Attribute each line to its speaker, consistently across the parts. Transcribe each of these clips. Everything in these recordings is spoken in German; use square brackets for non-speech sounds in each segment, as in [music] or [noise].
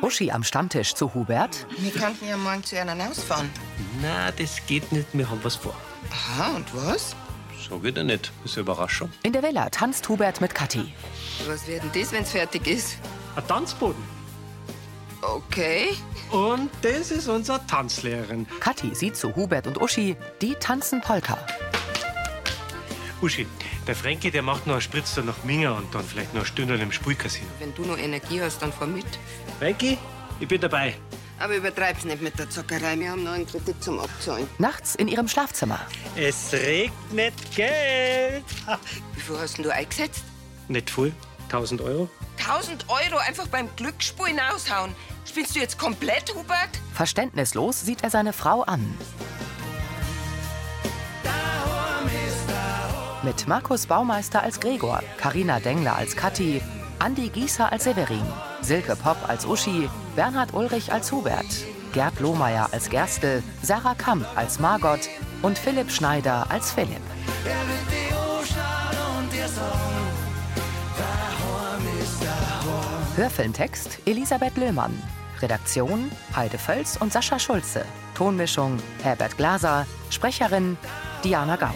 Speaker 1: Uschi am Stammtisch zu Hubert.
Speaker 2: Wir könnten ja morgen zu einer hinausfahren.
Speaker 3: Na, das geht nicht. Wir haben was vor.
Speaker 2: Aha, und was?
Speaker 3: So geht er nicht. Ist eine Überraschung.
Speaker 1: In der Villa tanzt Hubert mit Kathi.
Speaker 2: Was wird denn das, wenn's fertig ist?
Speaker 4: Ein Tanzboden.
Speaker 2: Okay.
Speaker 4: Und das ist unsere Tanzlehrerin.
Speaker 1: Kathi sieht zu Hubert und Uschi, die tanzen Polka.
Speaker 4: Uschi, der Frankie, der macht noch einen Spritzer nach Minga und dann vielleicht noch ein Stündchen im Spielcasino.
Speaker 2: Wenn du noch Energie hast, dann fahr mit.
Speaker 4: Frankie, ich bin dabei.
Speaker 2: Aber übertreib's nicht mit der Zockerei. Wir haben noch einen Kredit zum Abzahlen.
Speaker 1: Nachts in ihrem Schlafzimmer.
Speaker 4: Es regnet Geld. Ha,
Speaker 2: Wie viel hast denn du eingesetzt?
Speaker 4: Nicht voll. 1000 Euro.
Speaker 2: 1000 Euro einfach beim Glücksspiel hinaushauen. Spielst du jetzt komplett, Hubert?
Speaker 1: Verständnislos sieht er seine Frau an. Mit Markus Baumeister als Gregor, Karina Dengler als Kathi, Andi Gießer als Severin, Silke Popp als Uschi, Bernhard Ulrich als Hubert, Gerd Lohmeier als Gerste, Sarah Kamp als Margot und Philipp Schneider als Philipp. Hörfilmtext Elisabeth Löhmann. Redaktion Heide Völz und Sascha Schulze. Tonmischung Herbert Glaser. Sprecherin Diana Gaul.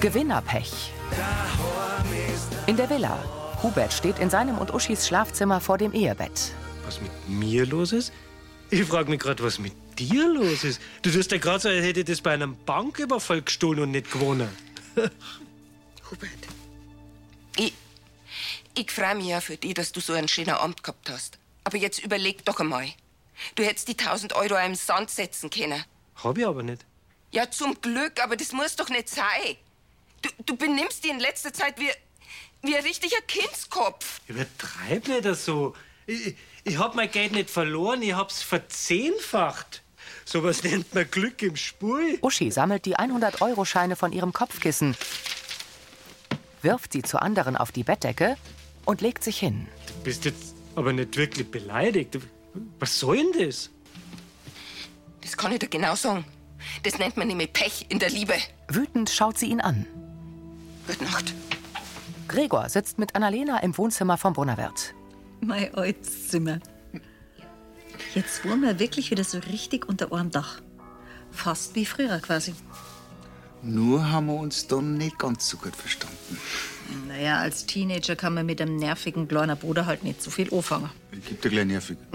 Speaker 1: Gewinnerpech. In der Villa. Hubert steht in seinem und Uschis Schlafzimmer vor dem Ehebett.
Speaker 4: Was mit mir los ist? Ich frage mich gerade, was mit dir los ist. Du tust ja gerade so, als hätte ich das bei einem Banküberfall gestohlen und nicht gewonnen.
Speaker 2: Hubert. Ich, ich freue mich ja für dich, dass du so einen schönen Abend gehabt hast. Aber jetzt überleg doch einmal. Du hättest die 1000 Euro im Sand setzen können.
Speaker 4: Hab ich aber nicht.
Speaker 2: Ja, zum Glück, aber das muss doch nicht sein. Du, du benimmst dich in letzter Zeit wie, wie ein richtiger Kindskopf.
Speaker 4: Übertreib nicht das so. Ich, ich hab mein Geld nicht verloren, ich hab's verzehnfacht. Sowas nennt man Glück im Spul.
Speaker 1: Uschi sammelt die 100-Euro-Scheine von ihrem Kopfkissen, wirft sie zu anderen auf die Bettdecke und legt sich hin.
Speaker 4: Du bist jetzt aber nicht wirklich beleidigt. Was soll denn das?
Speaker 2: Das kann ich dir genau sagen. Das nennt man nämlich Pech in der Liebe.
Speaker 1: Wütend schaut sie ihn an.
Speaker 2: Gute Nacht.
Speaker 1: Gregor sitzt mit Annalena im Wohnzimmer vom Brunnerwirt.
Speaker 5: Mein altes Zimmer. Jetzt wohnen wir wirklich wieder so richtig unter einem Dach. Fast wie früher quasi.
Speaker 6: Nur haben wir uns dann nicht ganz so gut verstanden.
Speaker 5: Naja, als Teenager kann man mit einem nervigen kleinen Bruder halt nicht so viel anfangen.
Speaker 6: Ich geb dir gleich nervig. [laughs]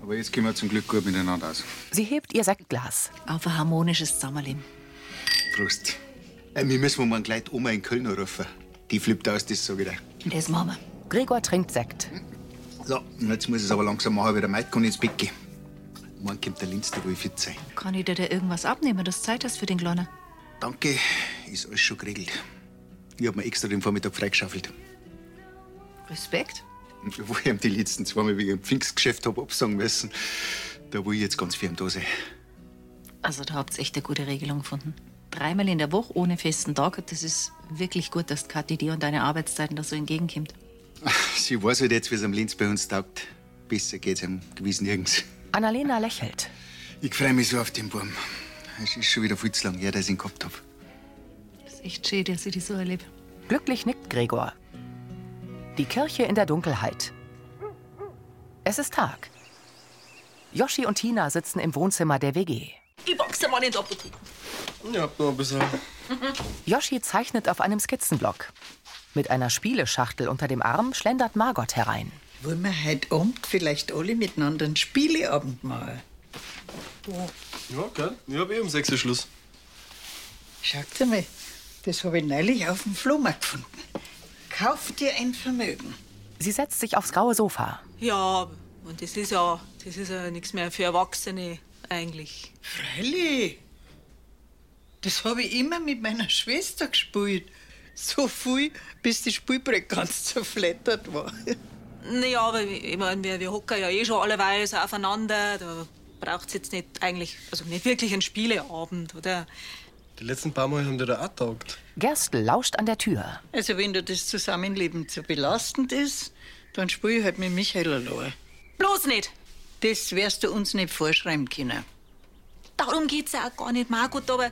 Speaker 6: Aber jetzt gehen wir zum Glück gut miteinander aus.
Speaker 1: Sie hebt ihr Sektglas.
Speaker 5: Auf ein harmonisches Zusammenleben.
Speaker 6: Prost. Äh, wir müssen morgen gleich die Oma in Köln anrufen. Die flippt aus, das sag ich dir.
Speaker 5: Das machen wir.
Speaker 1: Gregor trinkt Sekt.
Speaker 6: So, und jetzt muss ich es aber langsam machen, weil der Mike kann ins Bett gehen. Morgen kommt der Linz, der will fit sein.
Speaker 5: Kann ich dir da irgendwas abnehmen, dass du Zeit hast für den Kleinen?
Speaker 6: Danke, ist alles schon geregelt. Ich hab mir extra den Vormittag freigeschaufelt.
Speaker 5: Respekt.
Speaker 6: Wo ich ihm die letzten zweimal wegen dem Pfingstgeschäft hab absagen müssen, da will ich jetzt ganz firm da sein.
Speaker 5: Also, da habt ihr echt eine gute Regelung gefunden. Dreimal in der Woche ohne festen Tag, das ist wirklich gut, dass die Kathi dir und deine Arbeitszeiten da so entgegenkommt.
Speaker 6: Sie weiß halt jetzt, wie es am Linz bei uns taugt. Besser geht's ihm gewiss nirgends.
Speaker 1: Annalena lächelt.
Speaker 6: Ich freue mich so auf den Baum. Es ist schon wieder viel zu lang her, dass ich ihn gehabt hab.
Speaker 5: Das ist echt schön, dass ich dich so erlebe.
Speaker 1: Glücklich nickt Gregor. Die Kirche in der Dunkelheit. Es ist Tag. Joschi und Tina sitzen im Wohnzimmer der WG.
Speaker 7: Ich boxe mal in die Apotheke.
Speaker 8: Ich hab noch ein bisschen.
Speaker 1: Joschi zeichnet auf einem Skizzenblock. Mit einer Spieleschachtel unter dem Arm schlendert Margot herein.
Speaker 9: Wollen wir heute Abend vielleicht alle miteinander einen Spieleabend machen?
Speaker 8: Ja, gell? Ich hab eh um 6 Uhr Schluss.
Speaker 9: Schaut mal, das habe ich neulich auf dem Flohmarkt gefunden. Kauf dir ein Vermögen.
Speaker 1: Sie setzt sich aufs graue Sofa.
Speaker 7: [laughs] Ja, und das ist ja, das ist ja nichts mehr für Erwachsene eigentlich.
Speaker 9: Freilich. Das habe ich immer mit meiner Schwester gespielt. So viel, bis die Spielbrett ganz zerflettert war.
Speaker 7: Naja, aber ich mein, wir, wir hocken ja eh schon alleweil so aufeinander. Da braucht's jetzt nicht eigentlich, also nicht wirklich einen Spieleabend, oder?
Speaker 8: Die letzten paar Mal haben die da auch taugt.
Speaker 1: Gerstl lauscht an der Tür.
Speaker 9: Also, wenn dir das Zusammenleben zu belastend ist, dann spiel ich halt mit Michael allein.
Speaker 7: Bloß nicht!
Speaker 9: Das wirst du uns nicht vorschreiben können.
Speaker 7: Darum geht's ja auch gar nicht, Margot, aber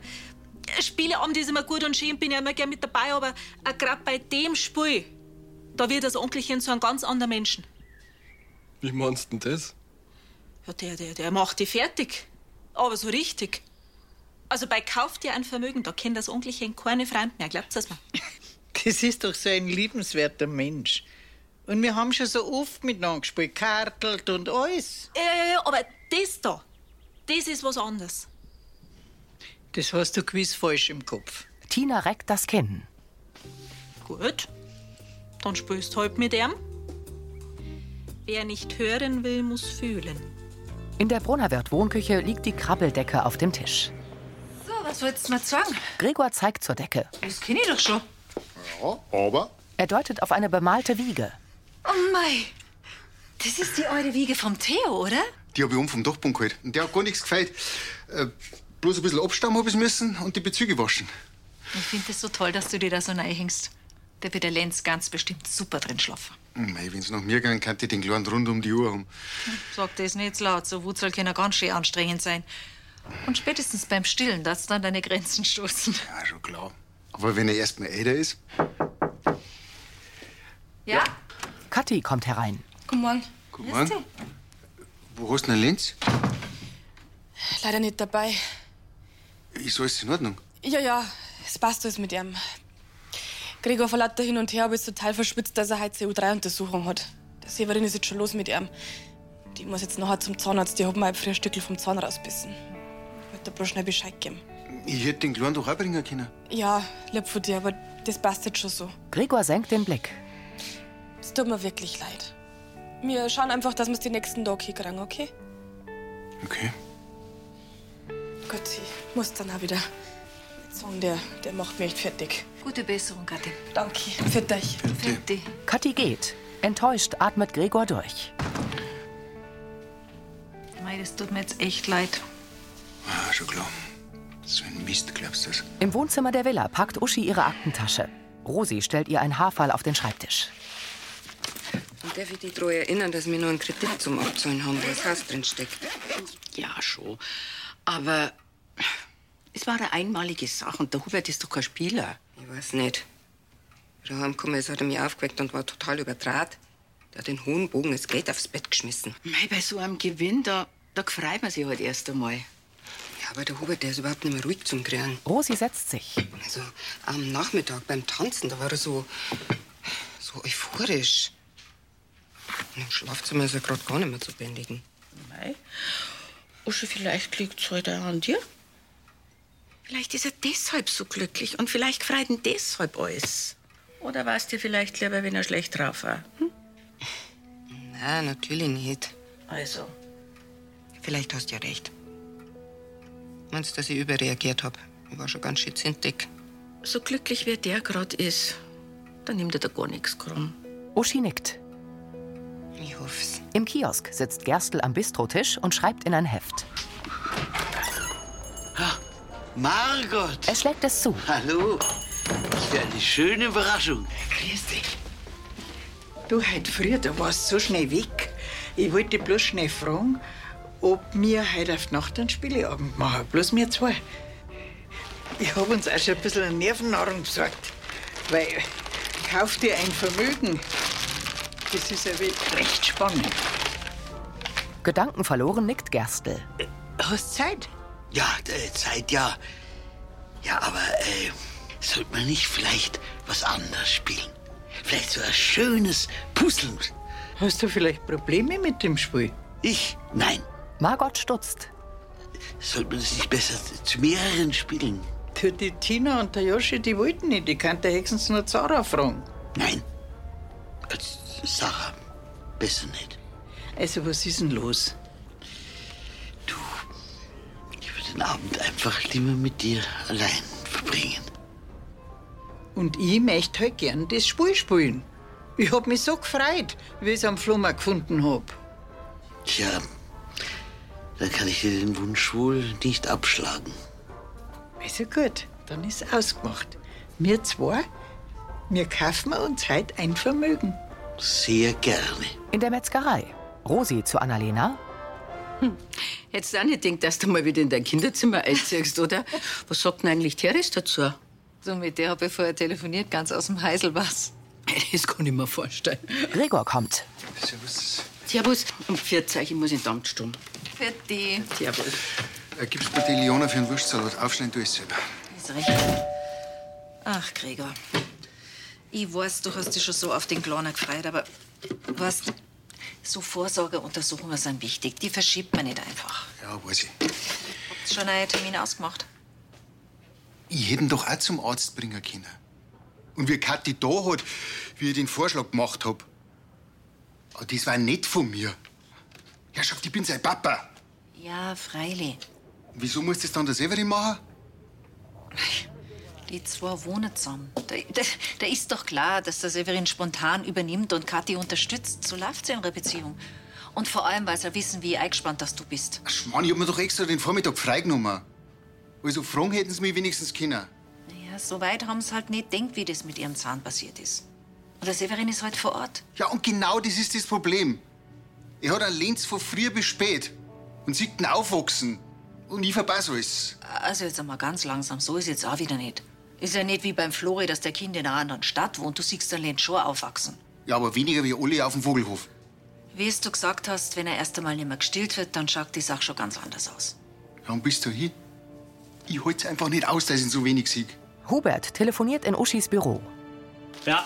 Speaker 7: Spieleabend ist immer gut und schön, bin ja immer gern mit dabei, aber auch gerade bei dem Spiel, Da wird das Onkelchen zu einem ganz anderen Menschen.
Speaker 8: Wie meinst du denn das?
Speaker 7: Ja, der, der, der macht die fertig. Aber so richtig. Also bei Kauf dir ein Vermögen, da kennt das Onkelchen keine Freund mehr, glaubt's das mal?
Speaker 9: Das ist doch so ein liebenswerter Mensch. Und wir haben schon so oft miteinander gespielt, kartelt und alles.
Speaker 7: Ja, ja, ja, Äh, aber das da, das ist was anderes.
Speaker 9: Das hast du gewiss falsch im Kopf.
Speaker 1: Tina reckt das Kinn.
Speaker 7: Gut, dann spielst halt mit ihm. Wer nicht hören will, muss fühlen.
Speaker 1: In der Brunnerwirt-Wohnküche liegt die Krabbeldecke auf dem Tisch.
Speaker 5: So, was wolltest du mir sagen?
Speaker 1: Gregor zeigt zur Decke.
Speaker 5: Das kenne ich doch schon.
Speaker 10: Ja, aber?
Speaker 1: Er deutet auf eine bemalte Wiege.
Speaker 5: Oh mei, das ist die eure Wiege vom Theo, oder?
Speaker 10: Die habe ich um vom Dachboden geholt. Und der hat gar nichts gefällt. Äh, bloß ein bisschen abstammen habe ich müssen und die Bezüge waschen.
Speaker 5: Ich finde es so toll, dass du dir da so hängst. Da wird der Lenz ganz bestimmt super drin schlafen.
Speaker 10: Hm, Mei, wenn's nach mir gehen, könnte ich den Kleinen rund um die Uhr haben.
Speaker 5: Sag das nicht zu laut, so Wutzel kann ja ganz schön anstrengend sein. Und spätestens beim Stillen darfst du an deine Grenzen stoßen.
Speaker 10: Ja, Ah, schon klar. Aber wenn er erst mal älter ist,
Speaker 5: Ja?
Speaker 1: Kathi kommt herein.
Speaker 11: Guten Morgen.
Speaker 10: Guten Morgen. wo hast du denn den Lenz?
Speaker 11: Leider nicht dabei.
Speaker 10: Ist alles in Ordnung?
Speaker 11: Ja, ja, es passt alles mit ihm. Gregor vor lauter hin und her aber ist total verschwitzt, dass er heute CU3-Untersuchung hat. Der Severin ist jetzt schon los mit ihm. Die muss jetzt nachher zum Zahnarzt, die hat mir ein Frühstückel vom Zahn rausbissen. Wollte bloß schnell Bescheid geben.
Speaker 10: Ich hätte den Kleinen doch auch bringen können.
Speaker 11: Ja, lieb von dir, aber das passt jetzt schon so.
Speaker 1: Gregor senkt den Blick.
Speaker 11: Es tut mir wirklich leid. Wir schauen einfach, dass wir es die nächsten Tage hinkriegen, okay?
Speaker 10: Okay.
Speaker 11: Oh Gott, ich muss dann auch wieder. Der Song, der, der macht mich echt fertig.
Speaker 5: Gute Besserung, Kathi.
Speaker 11: Danke. Für dich.
Speaker 1: Kathi geht. Enttäuscht atmet Gregor durch.
Speaker 5: Mei, das tut mir jetzt echt leid.
Speaker 10: Ah, schon klar. So ein Mist, glaubst du das?
Speaker 1: Im Wohnzimmer der Villa packt Uschi ihre Aktentasche. Rosi stellt ihr ein Haarfall auf den Schreibtisch.
Speaker 2: Und darf ich dich daran erinnern, dass wir nur einen Kredit zum Abzahlen haben, was Haus drin steckt?
Speaker 12: Ja, schon. Aber es war eine einmalige Sache und der Hubert ist doch kein Spieler.
Speaker 2: Ich weiß nicht. Wieder heimgekommen ist, hat er mich aufgeweckt und war total überdraht. Der hat den hohen Bogen das Geld aufs Bett geschmissen.
Speaker 12: Mei, bei so einem Gewinn, da, da freut man sich halt erst einmal.
Speaker 2: Ja, aber der Hubert, der ist überhaupt nicht mehr ruhig zum Kriegen.
Speaker 1: Rosi setzt sich.
Speaker 2: Also am Nachmittag beim Tanzen, da war er so, so euphorisch. Und im Schlafzimmer ist er gerade gar nicht mehr zu bändigen.
Speaker 12: Mei. Usche, vielleicht liegt es heute auch an dir. Vielleicht ist er deshalb so glücklich und vielleicht freut ihn deshalb alles. Oder war es dir vielleicht lieber, wenn er schlecht drauf war? Hm?
Speaker 2: Nein, natürlich nicht.
Speaker 12: Also,
Speaker 2: Vielleicht hast du ja recht. Meinst du, dass ich überreagiert habe? Ich war schon ganz schön zintig.
Speaker 12: so glücklich wie der gerade ist, dann nimmt er da gar nichts krumm.
Speaker 1: Uschi nickt.
Speaker 2: Ich hoff's.
Speaker 1: Im Kiosk sitzt Gerstl am Bistrotisch und schreibt in ein Heft.
Speaker 2: Ah,
Speaker 13: Margot!
Speaker 1: Er schlägt es zu.
Speaker 13: Hallo! Das wäre eine schöne Überraschung.
Speaker 9: Grüß dich. Du, heute früh, da warst du so schnell weg. Ich wollte bloß schnell fragen, ob wir heute auf die Nacht einen Spieleabend machen. Bloß wir zwei. Ich habe uns auch schon ein bisschen Nervennahrung besorgt. Weil, kauf dir ein Vermögen. Das ist ja wirklich recht spannend.
Speaker 1: Gedanken verloren nickt Gerstl.
Speaker 9: Hast Zeit?
Speaker 13: Ja, äh, Zeit ja. Ja, aber äh, sollte man nicht vielleicht was anderes spielen? Vielleicht so ein schönes Puzzeln.
Speaker 9: Hast du vielleicht Probleme mit dem Spiel?
Speaker 13: Ich? Nein.
Speaker 1: Margot stutzt.
Speaker 13: Sollte man es nicht besser zu mehreren spielen?
Speaker 9: Du, die Tina und der Joschi, die wollten nicht. Die kann der höchstens nur Zara fragen.
Speaker 13: Nein. Als Sarah, besser nicht.
Speaker 9: Also, was ist denn los?
Speaker 13: Ich würde den Abend einfach lieber mit dir allein verbringen.
Speaker 9: Und ich möchte halt gern das Spiel spielen. Ich hab mich so gefreut, wie ich es am Flohmarkt gefunden hab.
Speaker 13: Tja, dann kann ich dir den Wunsch wohl nicht abschlagen.
Speaker 9: Also gut, dann ist ausgemacht. Wir zwei, wir kaufen uns heute ein Vermögen.
Speaker 13: Sehr gerne.
Speaker 1: In der Metzgerei. Rosi zu Annalena.
Speaker 12: Hättest du auch nicht gedacht, dass du mal wieder in dein Kinderzimmer einziehst, oder? Was sagt denn eigentlich Teres dazu?
Speaker 5: So, mit der habe ich vorher telefoniert, ganz aus dem Heisel was.
Speaker 12: [laughs] Das kann ich mir vorstellen.
Speaker 1: Gregor kommt.
Speaker 12: Servus. Servus. Um Vierzeichen muss ich in den Amt stumm.
Speaker 5: Für die.
Speaker 12: Servus.
Speaker 10: Äh, gib's bitte Leona für einen Wurstsalat. Aufschneiden tue ich selber.
Speaker 5: Ist recht. Ach, Gregor. Ich weiß, du hast dich schon so auf den Kloner gefreut, aber weißt, so Vorsorgeuntersuchungen sind wichtig. Die verschiebt man nicht einfach.
Speaker 10: Ja, weiß ich.
Speaker 5: Habt ihr schon einen Termin ausgemacht?
Speaker 10: Ich hätte ihn doch auch zum Arzt bringen können. Und wie Kathi da hat, wie ich den Vorschlag gemacht hab. Aber das war nicht von mir. Ja, schaut, ich bin sein Papa.
Speaker 5: Ja, freilich.
Speaker 10: Wieso muss das dann der Severin machen?
Speaker 5: Die zwei wohnen zusammen. Da, da, da ist doch klar, dass der Severin spontan übernimmt und Kathi unterstützt. So läuft sie in ihrer Beziehung. Und vor allem, weil sie wissen, wie eingespannt dass du bist.
Speaker 10: Mann, ich hab mir doch extra den Vormittag freigenommen. Also fragen hätten sie mich wenigstens können.
Speaker 5: Ja, so weit haben sie halt nicht gedacht, wie das mit ihrem Zahn passiert ist. Und der Severin ist heute vor Ort.
Speaker 10: Ja, und genau das ist das Problem. Er hat einen Lenz von früh bis spät und sieht ihn aufwachsen. Und ich verpasse alles.
Speaker 5: Also jetzt einmal ganz langsam, so ist jetzt auch wieder nicht. Ist ja nicht wie beim Flori, dass der Kind in einer anderen Stadt wohnt. Du siehst dann schon aufwachsen.
Speaker 10: Ja, aber weniger wie alle auf dem Vogelhof.
Speaker 5: Wie es du gesagt hast, wenn er erst einmal nicht mehr gestillt wird, dann schaut die Sache schon ganz anders aus.
Speaker 10: Ja, und bis dahin, ich halte es einfach nicht aus, dass ich ihn so wenig sehe.
Speaker 1: Hubert telefoniert in Uschis Büro.
Speaker 4: Ja,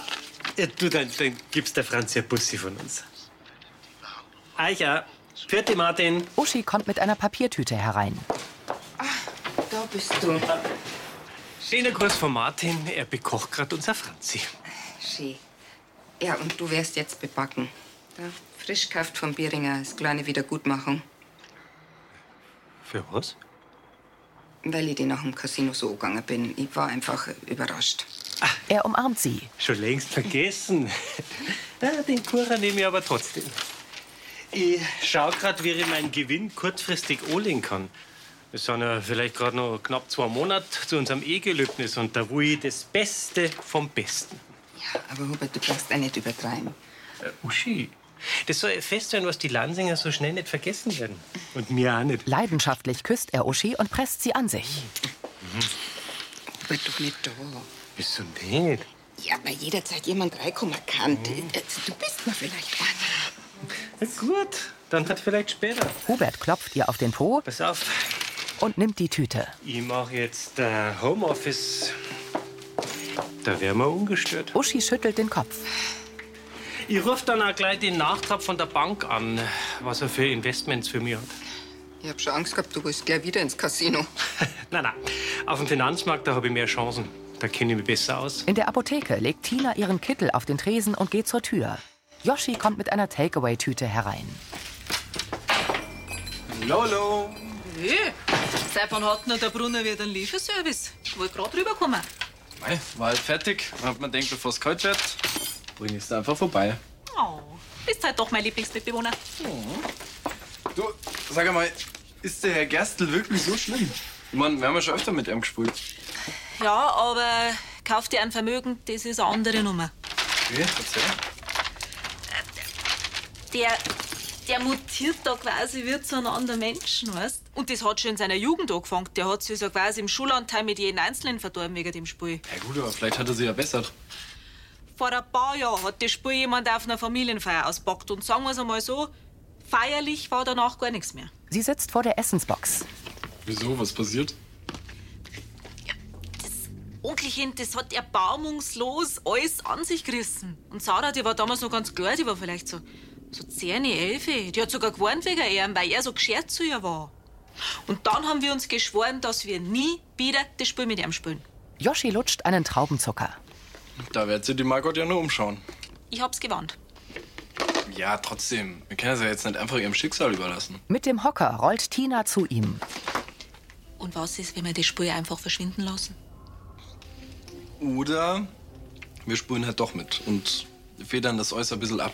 Speaker 4: ja, du, dann, dann gibst der Franz ja Bussi von uns. Eicher, vierte Martin.
Speaker 1: Uschi kommt mit einer Papiertüte herein.
Speaker 2: Da bist du.
Speaker 4: Schöner Gruß von Martin, er bekocht gerade unser Franzi.
Speaker 2: Schön. Ja, und du wirst jetzt bebacken. Da, Frischkraft vom Bieringer, das kleine Wiedergutmachung.
Speaker 4: Für was?
Speaker 2: Weil ich die nach dem Casino so gegangen bin. Ich war einfach überrascht.
Speaker 1: Er umarmt sie.
Speaker 4: Schon längst vergessen. Ah, Den Kuchen nehme ich aber trotzdem. Ich schau grad, wie ich meinen Gewinn kurzfristig anlegen kann. Es sind ja vielleicht gerade noch knapp zwei Monate zu unserem Ehegelübnis und da will ich das Beste vom Besten.
Speaker 2: Ja, aber Hubert, du darfst auch nicht übertreiben.
Speaker 4: Äh, Uschi, das soll fest sein, was die Lansinger so schnell nicht vergessen werden. Und mir auch nicht.
Speaker 1: Leidenschaftlich küsst er Uschi und presst sie an sich.
Speaker 12: Mhm.
Speaker 2: Hubert, doch nicht da.
Speaker 4: Bist du nicht?
Speaker 2: Ja, aber jederzeit jemand reinkommen kann. Du bist mir vielleicht
Speaker 4: Gut, dann hat vielleicht später.
Speaker 1: Hubert klopft ihr auf den Po
Speaker 4: Pass auf,
Speaker 1: und nimmt die Tüte.
Speaker 4: ich mache jetzt äh, Homeoffice. Da wären wir ungestört.
Speaker 1: Uschi schüttelt den Kopf.
Speaker 4: Ich rufe dann auch gleich den Nachtrag von der Bank an, was er für Investments für mich hat.
Speaker 2: Ich hab schon Angst gehabt, du willst gleich wieder ins Casino.
Speaker 4: Nein, nein. Auf dem Finanzmarkt, da habe ich mehr Chancen. Da kenne ich mich besser aus.
Speaker 1: In der Apotheke legt Tina ihren Kittel auf den Tresen und geht zur Tür. Yoshi kommt mit einer Takeaway-Tüte herein.
Speaker 7: Lolo! Hey, seit wann Äh, hat denn der Brunner wieder einen Lieferservice? Ich wollte gerade rüberkommen.
Speaker 8: Mei, war halt fertig. Hat man denkt, bevor es kalt wird, bring ich es einfach vorbei.
Speaker 7: Oh, bist halt doch mein Lieblingsmitbewohner.
Speaker 8: Du, sag mal, ist der Herr Gerstl wirklich so schlimm? Ich mein, wir haben ja schon öfter mit ihm gespielt.
Speaker 7: Ja, aber kauf dir ein Vermögen, das ist eine andere Nummer.
Speaker 8: Okay, erzähl.
Speaker 7: Der, der mutiert da quasi wird zu einem anderen Menschen, weißt Und das hat schon in seiner Jugend angefangen. Der hat sich so quasi im Schulanteil mit jedem Einzelnen verdorben wegen dem Spiel.
Speaker 8: Ja gut, aber vielleicht hat er sich ja bessert.
Speaker 7: Vor ein paar Jahren hat das Spiel jemand auf einer Familienfeier auspackt. Und sagen wir es einmal so, feierlich war danach gar nichts mehr.
Speaker 1: Sie sitzt vor der Essensbox.
Speaker 8: Wieso, was passiert?
Speaker 7: Onkelchen, das hat erbarmungslos alles an sich gerissen. Und Sarah, die war damals noch ganz klar, die war vielleicht so, so 10, 11. Die hat sogar gewarnt wegen ihm, weil er so geschert zu ihr war. Und dann haben wir uns geschworen, dass wir nie wieder das Spiel mit ihm spielen.
Speaker 1: Yoshi lutscht einen Traubenzucker.
Speaker 8: Da wird sich die Margot ja nur umschauen.
Speaker 7: Ich hab's gewarnt.
Speaker 8: Ja, trotzdem, wir können es ja jetzt nicht einfach ihrem Schicksal überlassen.
Speaker 1: Mit dem Hocker rollt Tina zu ihm.
Speaker 7: Und was ist, wenn wir das Spiel einfach verschwinden lassen?
Speaker 8: Oder wir spulen halt doch mit und federn das äußer ein bisschen ab.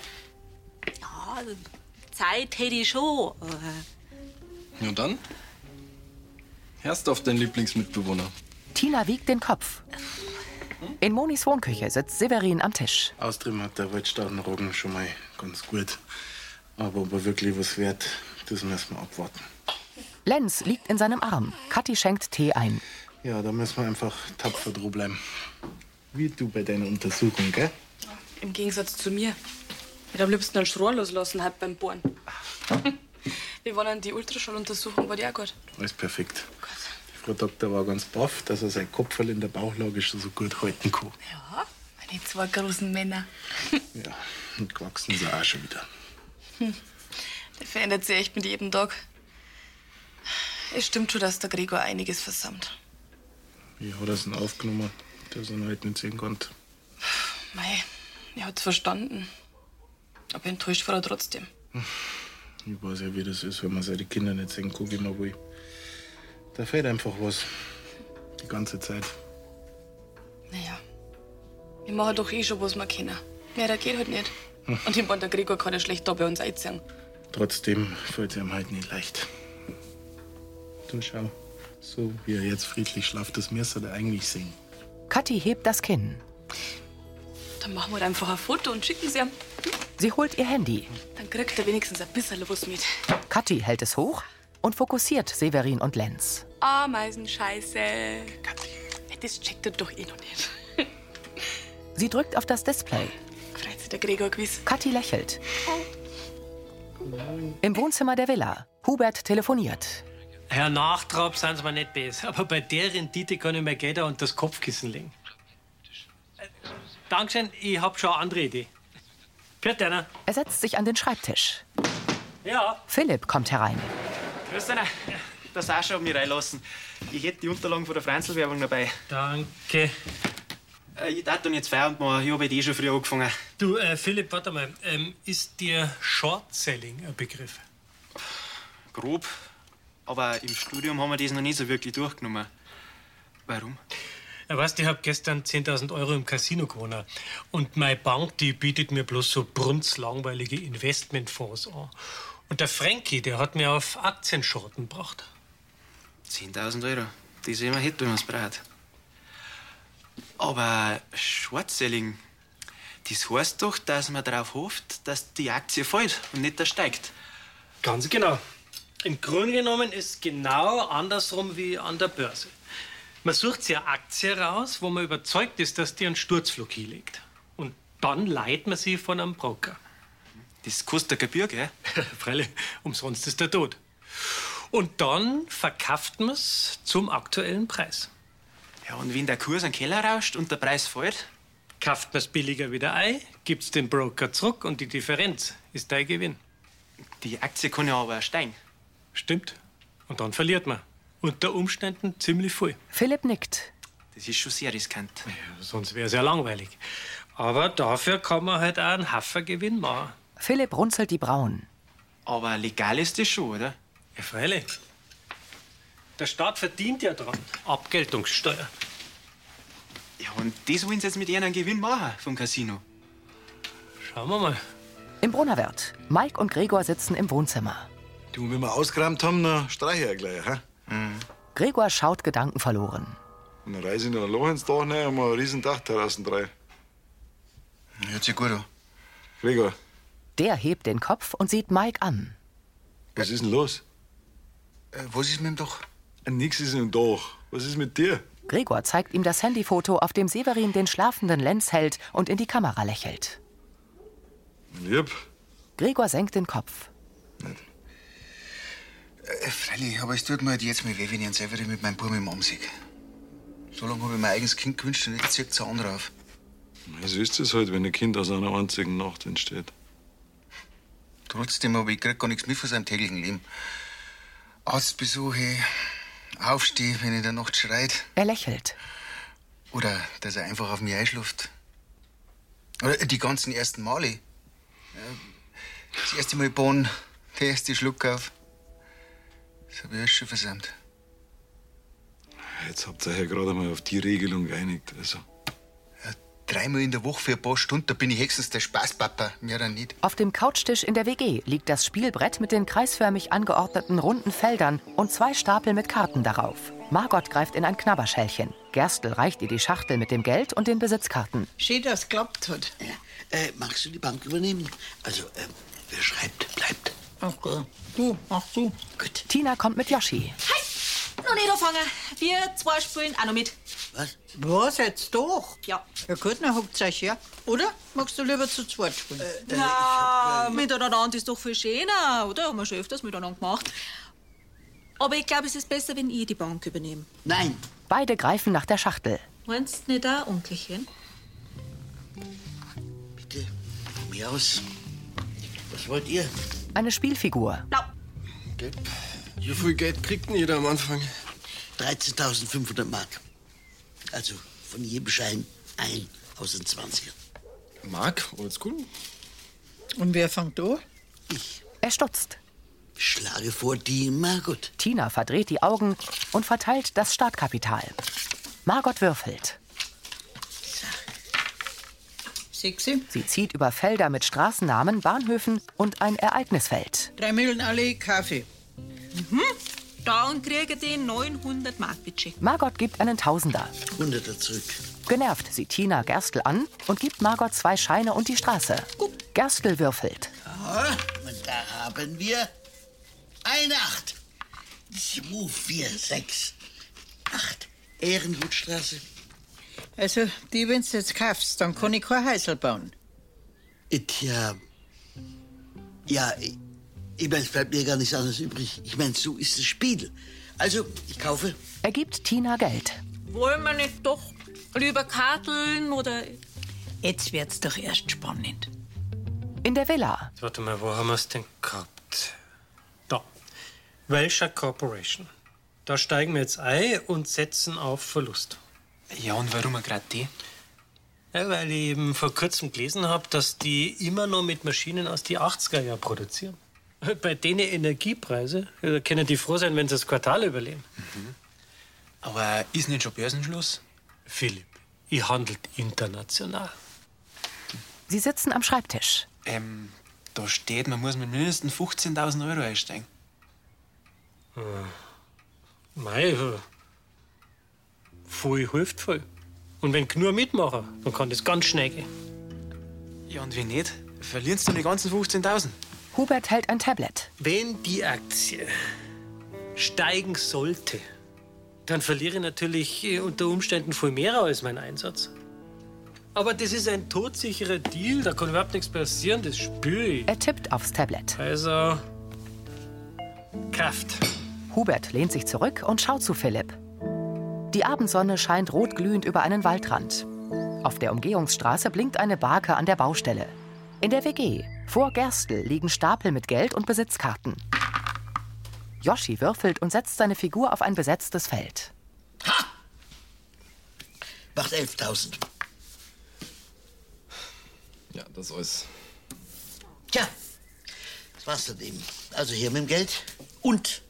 Speaker 7: Ja, Zeit hätte ich schon. aber
Speaker 8: Und dann? Herstorf, dein Lieblingsmitbewohner.
Speaker 1: Tina wiegt den Kopf. In Monis Wohnküche sitzt Severin am Tisch.
Speaker 14: Austrieben hat der Waldstaatenroggen schon mal ganz gut. Aber ob er wirklich was wert, das müssen wir abwarten.
Speaker 1: Lenz liegt in seinem Arm. Kathi schenkt Tee ein.
Speaker 14: Ja, da müssen wir einfach tapfer dran bleiben. Wie du bei deiner Untersuchung, gell?
Speaker 11: Im Gegensatz zu mir. Ich hätte am liebsten einen Schrohr loslassen, halt beim [laughs] Bohren. Wie waren denn die Ultraschalluntersuchung? War die auch gut?
Speaker 14: Alles perfekt. Die Frau Doktor war ganz baff, dass er sein Kopferl in der Bauchlage schon so gut halten kann.
Speaker 11: Ja, die zwei großen Männer.
Speaker 14: Ja, und gewachsen ist er auch schon wieder.
Speaker 11: Hm. Der verändert sich echt mit jedem Tag. Es stimmt schon, dass der Gregor einiges versammelt.
Speaker 14: Wie hat er es denn aufgenommen, dass er ihn halt nicht sehen konnte?
Speaker 11: Mei, er hat's verstanden. Aber enttäuscht war er trotzdem.
Speaker 14: Ich weiß ja, wie das ist, wenn man seine Kinder nicht sehen kann, wie man will. Da fehlt einfach was. Die ganze Zeit.
Speaker 11: Naja, wir machen doch eh schon, was wir können. Mehr da geht halt nicht. Und ich meine, der Gregor kann ja schlecht da bei uns einziehen.
Speaker 14: Trotzdem fällt es ihm halt nicht leicht. Du schau, so wie er jetzt friedlich schlaft, das müsste er eigentlich sehen.
Speaker 1: Kathi hebt das Kinn.
Speaker 11: Dann machen wir da einfach ein Foto und schicken sie ihm.
Speaker 1: Sie holt ihr Handy.
Speaker 11: Dann kriegt er wenigstens ein bisschen was mit.
Speaker 1: Kathi hält es hoch und fokussiert Severin und Lenz.
Speaker 11: Ameisenscheiße. Das checkt er doch eh noch nicht.
Speaker 1: Sie drückt auf das Display.
Speaker 11: Freut sich der Gregor gewiss.
Speaker 1: Kathi lächelt. Im Wohnzimmer der Villa. Hubert telefoniert.
Speaker 4: Herr Nachtrab, sind Sie mir nicht besser. Aber bei der Rendite kann ich mir Geld auch unter das Kopfkissen legen. Äh, Dankeschön, ich hab schon eine andere Idee. Pfiat einer.
Speaker 1: Er setzt sich an den Schreibtisch.
Speaker 15: Ja.
Speaker 1: Philipp kommt herein.
Speaker 15: Grüß dich. Das auch schon mich reinlassen. Ich hätte die Unterlagen von der Franzl-Werbung dabei.
Speaker 4: Danke.
Speaker 15: Äh, Ich darf dann jetzt Feierabend machen. Ich habe eh schon früh angefangen.
Speaker 4: Du, äh, Philipp, warte mal. Ähm, ist dir Short-Selling ein Begriff?
Speaker 15: Grob. Aber im Studium haben wir das noch nicht so wirklich durchgenommen. Warum?
Speaker 4: Ja, weißt du, ich habe gestern 10.000 Euro im Casino gewonnen. Und meine Bank, die bietet mir bloß so brunzlangweilige Investmentfonds an. Und der Frankie, der hat mir auf Aktienschorten gebracht.
Speaker 15: 10.000 Euro. Die sehen wir hätte, wenn man es braucht. Aber Short-Selling, das heißt doch, dass man darauf hofft, dass die Aktie fällt und nicht steigt.
Speaker 4: Ganz genau. Im Grunde genommen ist es genau andersrum wie an der Börse. Man sucht sich eine Aktie raus, wo man überzeugt ist, dass die einen Sturzflug hinlegt. Und dann leiht man sie von einem Broker.
Speaker 15: Das kostet ein Gebühr, gell?
Speaker 4: [laughs] Freilich, umsonst ist der Tod. Und dann verkauft man es zum aktuellen Preis.
Speaker 15: Ja, und wenn der Kurs in den Keller rauscht und der Preis fällt?
Speaker 4: Kauft man es billiger wieder ein, gibt es dem Broker zurück und die Differenz ist dein Gewinn.
Speaker 15: Die Aktie kann ja aber steigen.
Speaker 4: Stimmt. Und dann verliert man. Unter Umständen ziemlich viel.
Speaker 1: Philipp nickt.
Speaker 15: Das ist schon sehr riskant.
Speaker 4: Sonst wäre es ja langweilig. Aber dafür kann man halt auch einen Haffergewinn machen.
Speaker 1: Philipp runzelt die Brauen.
Speaker 15: Aber legal ist das schon, oder?
Speaker 4: Ja, freilich. Der Staat verdient ja dran. Abgeltungssteuer.
Speaker 15: Ja, und das wollen sie jetzt mit ihrem Gewinn machen vom Casino.
Speaker 4: Schauen wir mal.
Speaker 1: Im Brunnerwert. Mike und Gregor sitzen im Wohnzimmer.
Speaker 14: Du, wenn wir ausgeräumt haben, dann streiche ich auch gleich. Hä?
Speaker 10: Mhm.
Speaker 1: Gregor schaut gedankenverloren.
Speaker 14: Und dann reise ich nach Lorenzdorf ne, und mal eine riesen Dachterrassen drei.
Speaker 10: Hört sich gut an.
Speaker 14: Gregor,
Speaker 1: Der hebt den Kopf und sieht Mike an.
Speaker 14: was ist denn los?
Speaker 10: Äh, was ist mit dem Dach?
Speaker 14: Nix ist im Dach. Was ist mit dir?
Speaker 1: Gregor zeigt ihm das Handyfoto, auf dem Severin den schlafenden Lenz hält und in die Kamera lächelt.
Speaker 14: Lieb.
Speaker 1: Gregor senkt den Kopf.
Speaker 10: Äh, freilich, aber es tut mir halt jetzt mal weh, wenn ich einen Severin mit meinem Buben im Arm sehe. So lange habe ich mein eigenes Kind gewünscht und jetzt zieht es ein anderer auf.
Speaker 14: So ist es halt, wenn ein Kind aus einer einzigen Nacht entsteht.
Speaker 10: Trotzdem habe ich gerade gar nichts mit von seinem täglichen Leben. Arztbesuche, aufstehen, wenn er in der Nacht schreit.
Speaker 1: Er lächelt.
Speaker 10: Oder dass er einfach auf mich einschläft. Oder die ganzen ersten Male. Ja, Das erste Mal Bonn, der erste Schluck auf. Das habe ich alles schon versammelt.
Speaker 14: Jetzt habt ihr euch ja gerade mal auf die Regelung geeinigt. Also,
Speaker 10: Äh, Dreimal in der Woche für ein paar Stunden, da bin ich höchstens der Spaßpapa. Mehr dann nicht.
Speaker 1: Auf dem Couchtisch in der WG liegt das Spielbrett mit den kreisförmig angeordneten runden Feldern und zwei Stapel mit Karten darauf. Margot greift in ein Knabberschälchen. Gerstl reicht ihr die Schachtel mit dem Geld und den Besitzkarten.
Speaker 13: Schön, dass es geklappt hat. Äh, magst du die Bank übernehmen? Also, äh, wer schreibt, bleibt. äh,
Speaker 1: Okay. Du, mach du. Gut. Tina kommt mit Yoshi.
Speaker 7: Noch nicht anfangen. Wir zwei spielen auch noch mit.
Speaker 13: Was?
Speaker 9: Was jetzt doch?
Speaker 7: Ja.
Speaker 9: Ja gut, dann habt ihr euch her. Oder? Magst du lieber zu zweit spielen?
Speaker 7: Äh,
Speaker 9: Äh,
Speaker 7: Na, miteinander ist doch viel schöner, oder? Haben wir schon öfters miteinander gemacht. Aber ich glaube, es ist besser, wenn ich die Bank übernehme.
Speaker 1: Nein. Beide greifen nach der Schachtel.
Speaker 7: Meinst du nicht da, Onkelchen?
Speaker 13: Von mir aus. Was wollt ihr?
Speaker 1: Eine Spielfigur.
Speaker 13: Gelb. Wie viel Geld kriegt denn jeder am Anfang? 13.500 Mark. Also von jedem Schein ein aus den 20
Speaker 8: Mark, oldschool.
Speaker 9: Und wer fängt an?
Speaker 1: Er stutzt.
Speaker 13: Schlage vor, die Margot.
Speaker 1: Tina verdreht die Augen und verteilt das Startkapital. Margot würfelt.
Speaker 9: Sechsi.
Speaker 1: Sie zieht über Felder mit Straßennamen, Bahnhöfen und ein Ereignisfeld.
Speaker 9: Drei Mühlen alle Kaffee.
Speaker 7: Mhm. Dann kriege ich den 900 Mark Budget.
Speaker 1: Margot gibt einen Tausender.
Speaker 13: Hunderter zurück.
Speaker 1: Genervt sieht Tina Gerstl an und gibt Margot zwei Scheine und die Straße. Gerstl würfelt.
Speaker 13: Aha, und da haben wir eine Acht. 2, 4, 6, 8. Ehrenhutstraße.
Speaker 9: Also, die, wenn du jetzt kaufst, dann kann ich kein Häusl bauen.
Speaker 13: Tja. Ja, ich, ich meine, es bleibt mir gar nichts anderes übrig. Ich meine, so ist das Spiel. Also, ich kaufe.
Speaker 1: Er gibt Tina Geld.
Speaker 7: Wollen wir nicht doch lieber karteln oder.
Speaker 9: Jetzt wird's doch erst spannend.
Speaker 1: In der Villa.
Speaker 4: Warte mal, wo haben wir es denn gehabt? Da. Welscher Corporation. Da steigen wir jetzt ein und setzen auf Verlust.
Speaker 15: Ja, und warum gerade die?
Speaker 4: Ja, weil ich eben vor kurzem gelesen habe, dass die immer noch mit Maschinen aus die 80er Jahren produzieren. [laughs] Bei denen Energiepreise, ja, da können die froh sein, wenn sie das Quartal überleben.
Speaker 15: Aber ist nicht schon Börsenschluss?
Speaker 4: Philipp, ihr handelt international.
Speaker 1: Sie sitzen am Schreibtisch.
Speaker 15: Ähm, da steht, man muss mit mindestens 15.000 Euro einsteigen. Ah.
Speaker 4: Mei, äh, voll hilft voll. Und wenn nur mitmachen, dann kann das ganz schnell gehen.
Speaker 15: Ja, und wenn nicht, verlierst du die ganzen 15.000.
Speaker 1: Hubert hält ein Tablet.
Speaker 4: Wenn die Aktie steigen sollte, dann verliere ich natürlich äh, unter Umständen viel mehr als mein Einsatz. Aber das ist ein todsicherer Deal, da kann überhaupt nichts passieren, das spüre ich.
Speaker 1: Er tippt aufs Tablet.
Speaker 4: Also, Kraft.
Speaker 1: Hubert lehnt sich zurück und schaut zu Philipp. Die Abendsonne scheint rotglühend über einen Waldrand. Auf der Umgehungsstraße blinkt eine Barke an der Baustelle. In der WG, vor Gerstl, liegen Stapel mit Geld und Besitzkarten. Yoshi würfelt und setzt seine Figur auf ein besetztes Feld.
Speaker 13: Macht 11.000.
Speaker 8: Ja, das ist alles.
Speaker 13: Tja, das war's dann eben. Also hier mit dem Geld und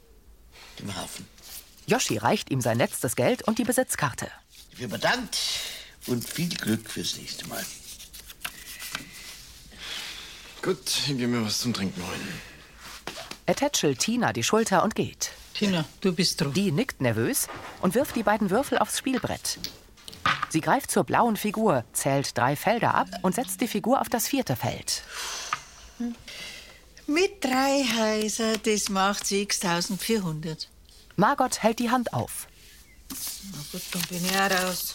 Speaker 13: dem Hafen.
Speaker 1: Yoshi reicht ihm sein letztes Geld und die Besitzkarte.
Speaker 13: Ich bin bedankt und viel Glück fürs nächste Mal.
Speaker 8: Gut, ich geh mir was zum Trinken holen.
Speaker 1: Er tätschelt Tina die Schulter und geht.
Speaker 9: Tina, du bist dran.
Speaker 1: Die nickt nervös und wirft die beiden Würfel aufs Spielbrett. Sie greift zur blauen Figur, zählt drei Felder ab und setzt die Figur auf das vierte Feld.
Speaker 9: Mit drei Häuser, das macht 6400.
Speaker 1: Margot hält die Hand auf.
Speaker 7: Na gut, dann bin ich auch raus.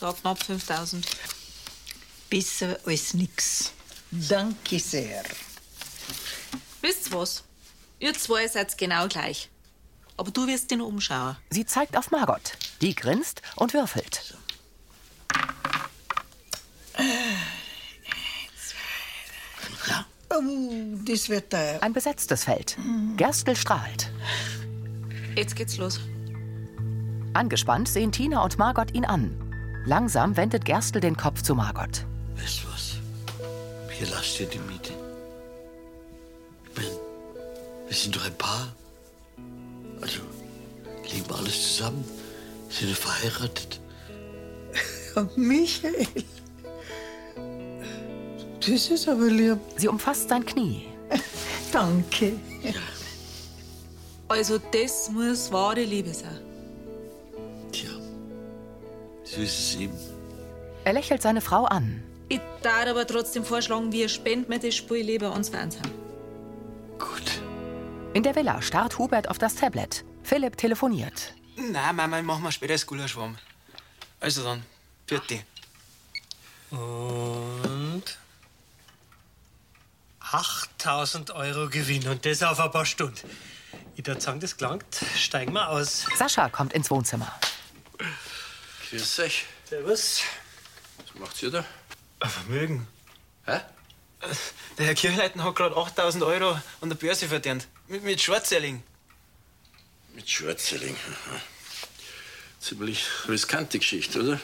Speaker 7: Da knapp 5000.
Speaker 9: Besser als nix. Danke sehr.
Speaker 7: Wisst ihr was? Ihr zwei seid genau gleich. Aber du wirst den umschauen.
Speaker 1: Sie zeigt auf Margot. Die grinst und würfelt.
Speaker 9: Oh, das wird teuer.
Speaker 1: Ein besetztes Feld. Gerstl strahlt.
Speaker 7: Jetzt geht's los.
Speaker 1: Angespannt sehen Tina und Margot ihn an. Langsam wendet Gerstl den Kopf zu Margot.
Speaker 13: Weißt du was? Hier lasst ihr die Miete. Ich mein, wir sind doch ein Paar. Also, leben alles zusammen, sind verheiratet.
Speaker 9: Und Michael. Das ist aber lieb.
Speaker 1: Sie umfasst sein Knie.
Speaker 9: Danke.
Speaker 7: Also, das muss wahre Liebe sein.
Speaker 13: So ist es eben.
Speaker 1: Er lächelt seine Frau an.
Speaker 7: Ich darf aber trotzdem vorschlagen, wir spenden mir das Spiel lieber ans Fernsehen.
Speaker 1: In der Villa starrt Hubert auf das Tablet. Philipp telefoniert.
Speaker 15: Nein, Mama, ich mach mal später das Gulaschwamm. Also dann, vierte.
Speaker 4: Und 8000 Euro Gewinn und das auf ein paar Stunden. Ich würde sagen, das gelangt. Steigen wir aus.
Speaker 1: Sascha kommt ins Wohnzimmer.
Speaker 16: Grüß euch.
Speaker 4: Servus.
Speaker 16: Was macht's ihr da?
Speaker 15: Ein Vermögen.
Speaker 16: Hä?
Speaker 15: Der Herr Kirchleitner hat gerade 8000 Euro an der Börse verdient. Mit, mit Shortselling.
Speaker 16: Mit Schwarzerling. [laughs] Ziemlich riskante Geschichte, oder?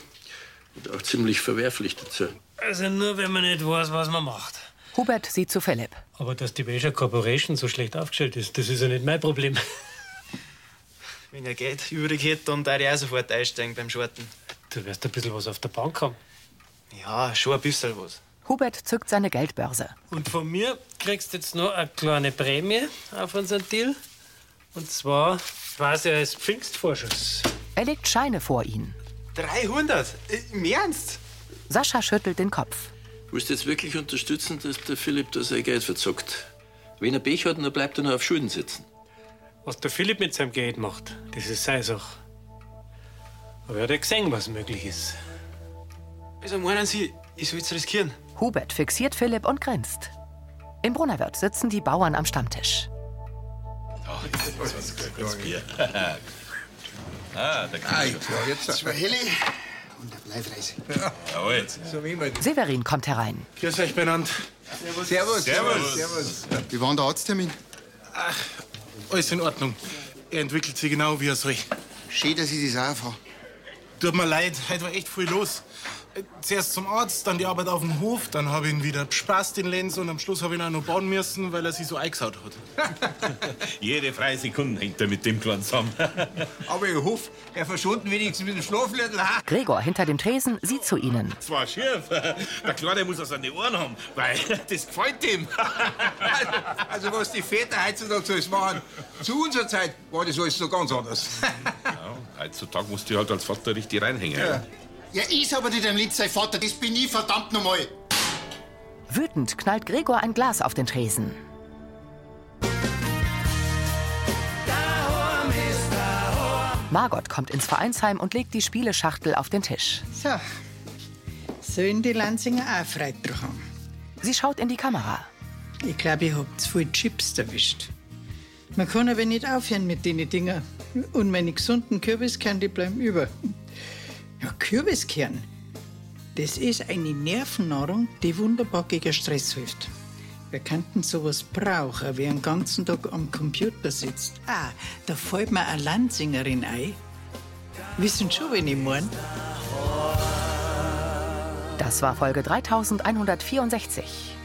Speaker 16: Und auch ziemlich verwerflich dazu.
Speaker 4: Also nur, wenn man nicht weiß, was man macht.
Speaker 1: Hubert sieht zu Philipp.
Speaker 4: Aber dass die Wager Corporation so schlecht aufgestellt ist, das ist ja nicht mein Problem. [laughs]
Speaker 15: Wenn er Geld übrig hätte, dann würde ich auch sofort einsteigen beim Shorten.
Speaker 4: Du wirst ein bisschen was auf der Bank haben.
Speaker 15: Ja, schon ein bisschen was.
Speaker 1: Hubert zückt seine Geldbörse.
Speaker 4: Und von mir kriegst du jetzt noch eine kleine Prämie auf unseren Deal. Und zwar quasi als Pfingstvorschuss.
Speaker 1: Er legt Scheine vor ihn.
Speaker 15: 300? Im Ernst?
Speaker 1: Sascha schüttelt den Kopf.
Speaker 16: Willst du jetzt wirklich unterstützen, dass der Philipp da sein Geld verzockt? Wenn er Pech hat, dann bleibt er nur auf Schulden sitzen.
Speaker 4: Was der Philipp mit seinem Geld macht, das ist seine Sache. Aber er hat ja gesehen, was möglich ist.
Speaker 15: Also meinen Sie, ich soll es riskieren?
Speaker 1: Hubert fixiert Philipp und grinst. Im Brunnerwirt sitzen die Bauern am Stammtisch.
Speaker 13: Ach, Oh, jetzt ist was gutes Bier. [laughs] ah, da kann ich.
Speaker 10: Ja, jetzt zwei Heli und eine Bleifreise.
Speaker 13: Jawohl.
Speaker 10: So wie immer.
Speaker 1: Severin kommt herein.
Speaker 10: Grüß euch, benannt. Servus. Servus.
Speaker 14: Servus.
Speaker 10: Wie war denn der Arzttermin?
Speaker 14: Alles in Ordnung. Er entwickelt sich genau wie er soll.
Speaker 10: Schön, dass ich das auch erfahre.
Speaker 14: Tut mir leid, heute war echt viel los. Äh, Zuerst zum Arzt, dann die Arbeit auf dem Hof, dann habe ich ihn wieder bespaßt, den Lenz, und am Schluss habe ich ihn auch noch bauen müssen, weil er sich so eingesaut hat.
Speaker 13: Jede freie Sekunde hängt er mit dem kleinen zusammen.
Speaker 17: [laughs] Aber ich hoffe, er verschwunden wenigstens mit dem Schlaflödel.
Speaker 1: Gregor hinter dem Tresen sieht zu ihnen.
Speaker 13: Zwar schief, der Kleine muss das an die Ohren haben, weil das gefällt ihm.
Speaker 17: [laughs] Also, was die Väter heutzutage so machen, zu unserer Zeit war das alles so ganz anders.
Speaker 13: Ja, heutzutage musst du halt als Vater richtig reinhängen.
Speaker 10: [laughs] Ja, ich aber nicht dein Lied, sein Vater, das bin ich, verdammt nochmal.
Speaker 1: Wütend knallt Gregor ein Glas auf den Tresen. Margot kommt ins Vereinsheim und legt die Spieleschachtel auf den Tisch.
Speaker 9: So. Sollen die Lanzinger auch Freitag haben?
Speaker 1: Sie schaut in die Kamera.
Speaker 9: Ich glaube, ich hab zu viele Chips erwischt. Man kann aber nicht aufhören mit den Dinger. Und meine gesunden Kürbiskerne, die bleiben über. Ja, Kürbiskern. Das ist eine Nervennahrung, die wunderbar gegen Stress hilft. Wir könnten sowas brauchen, wer den ganzen Tag am Computer sitzt. Ah, da fällt mir eine Lanzingerin ein. Wissen schon, wen ich meine?
Speaker 1: Das war Folge 3164.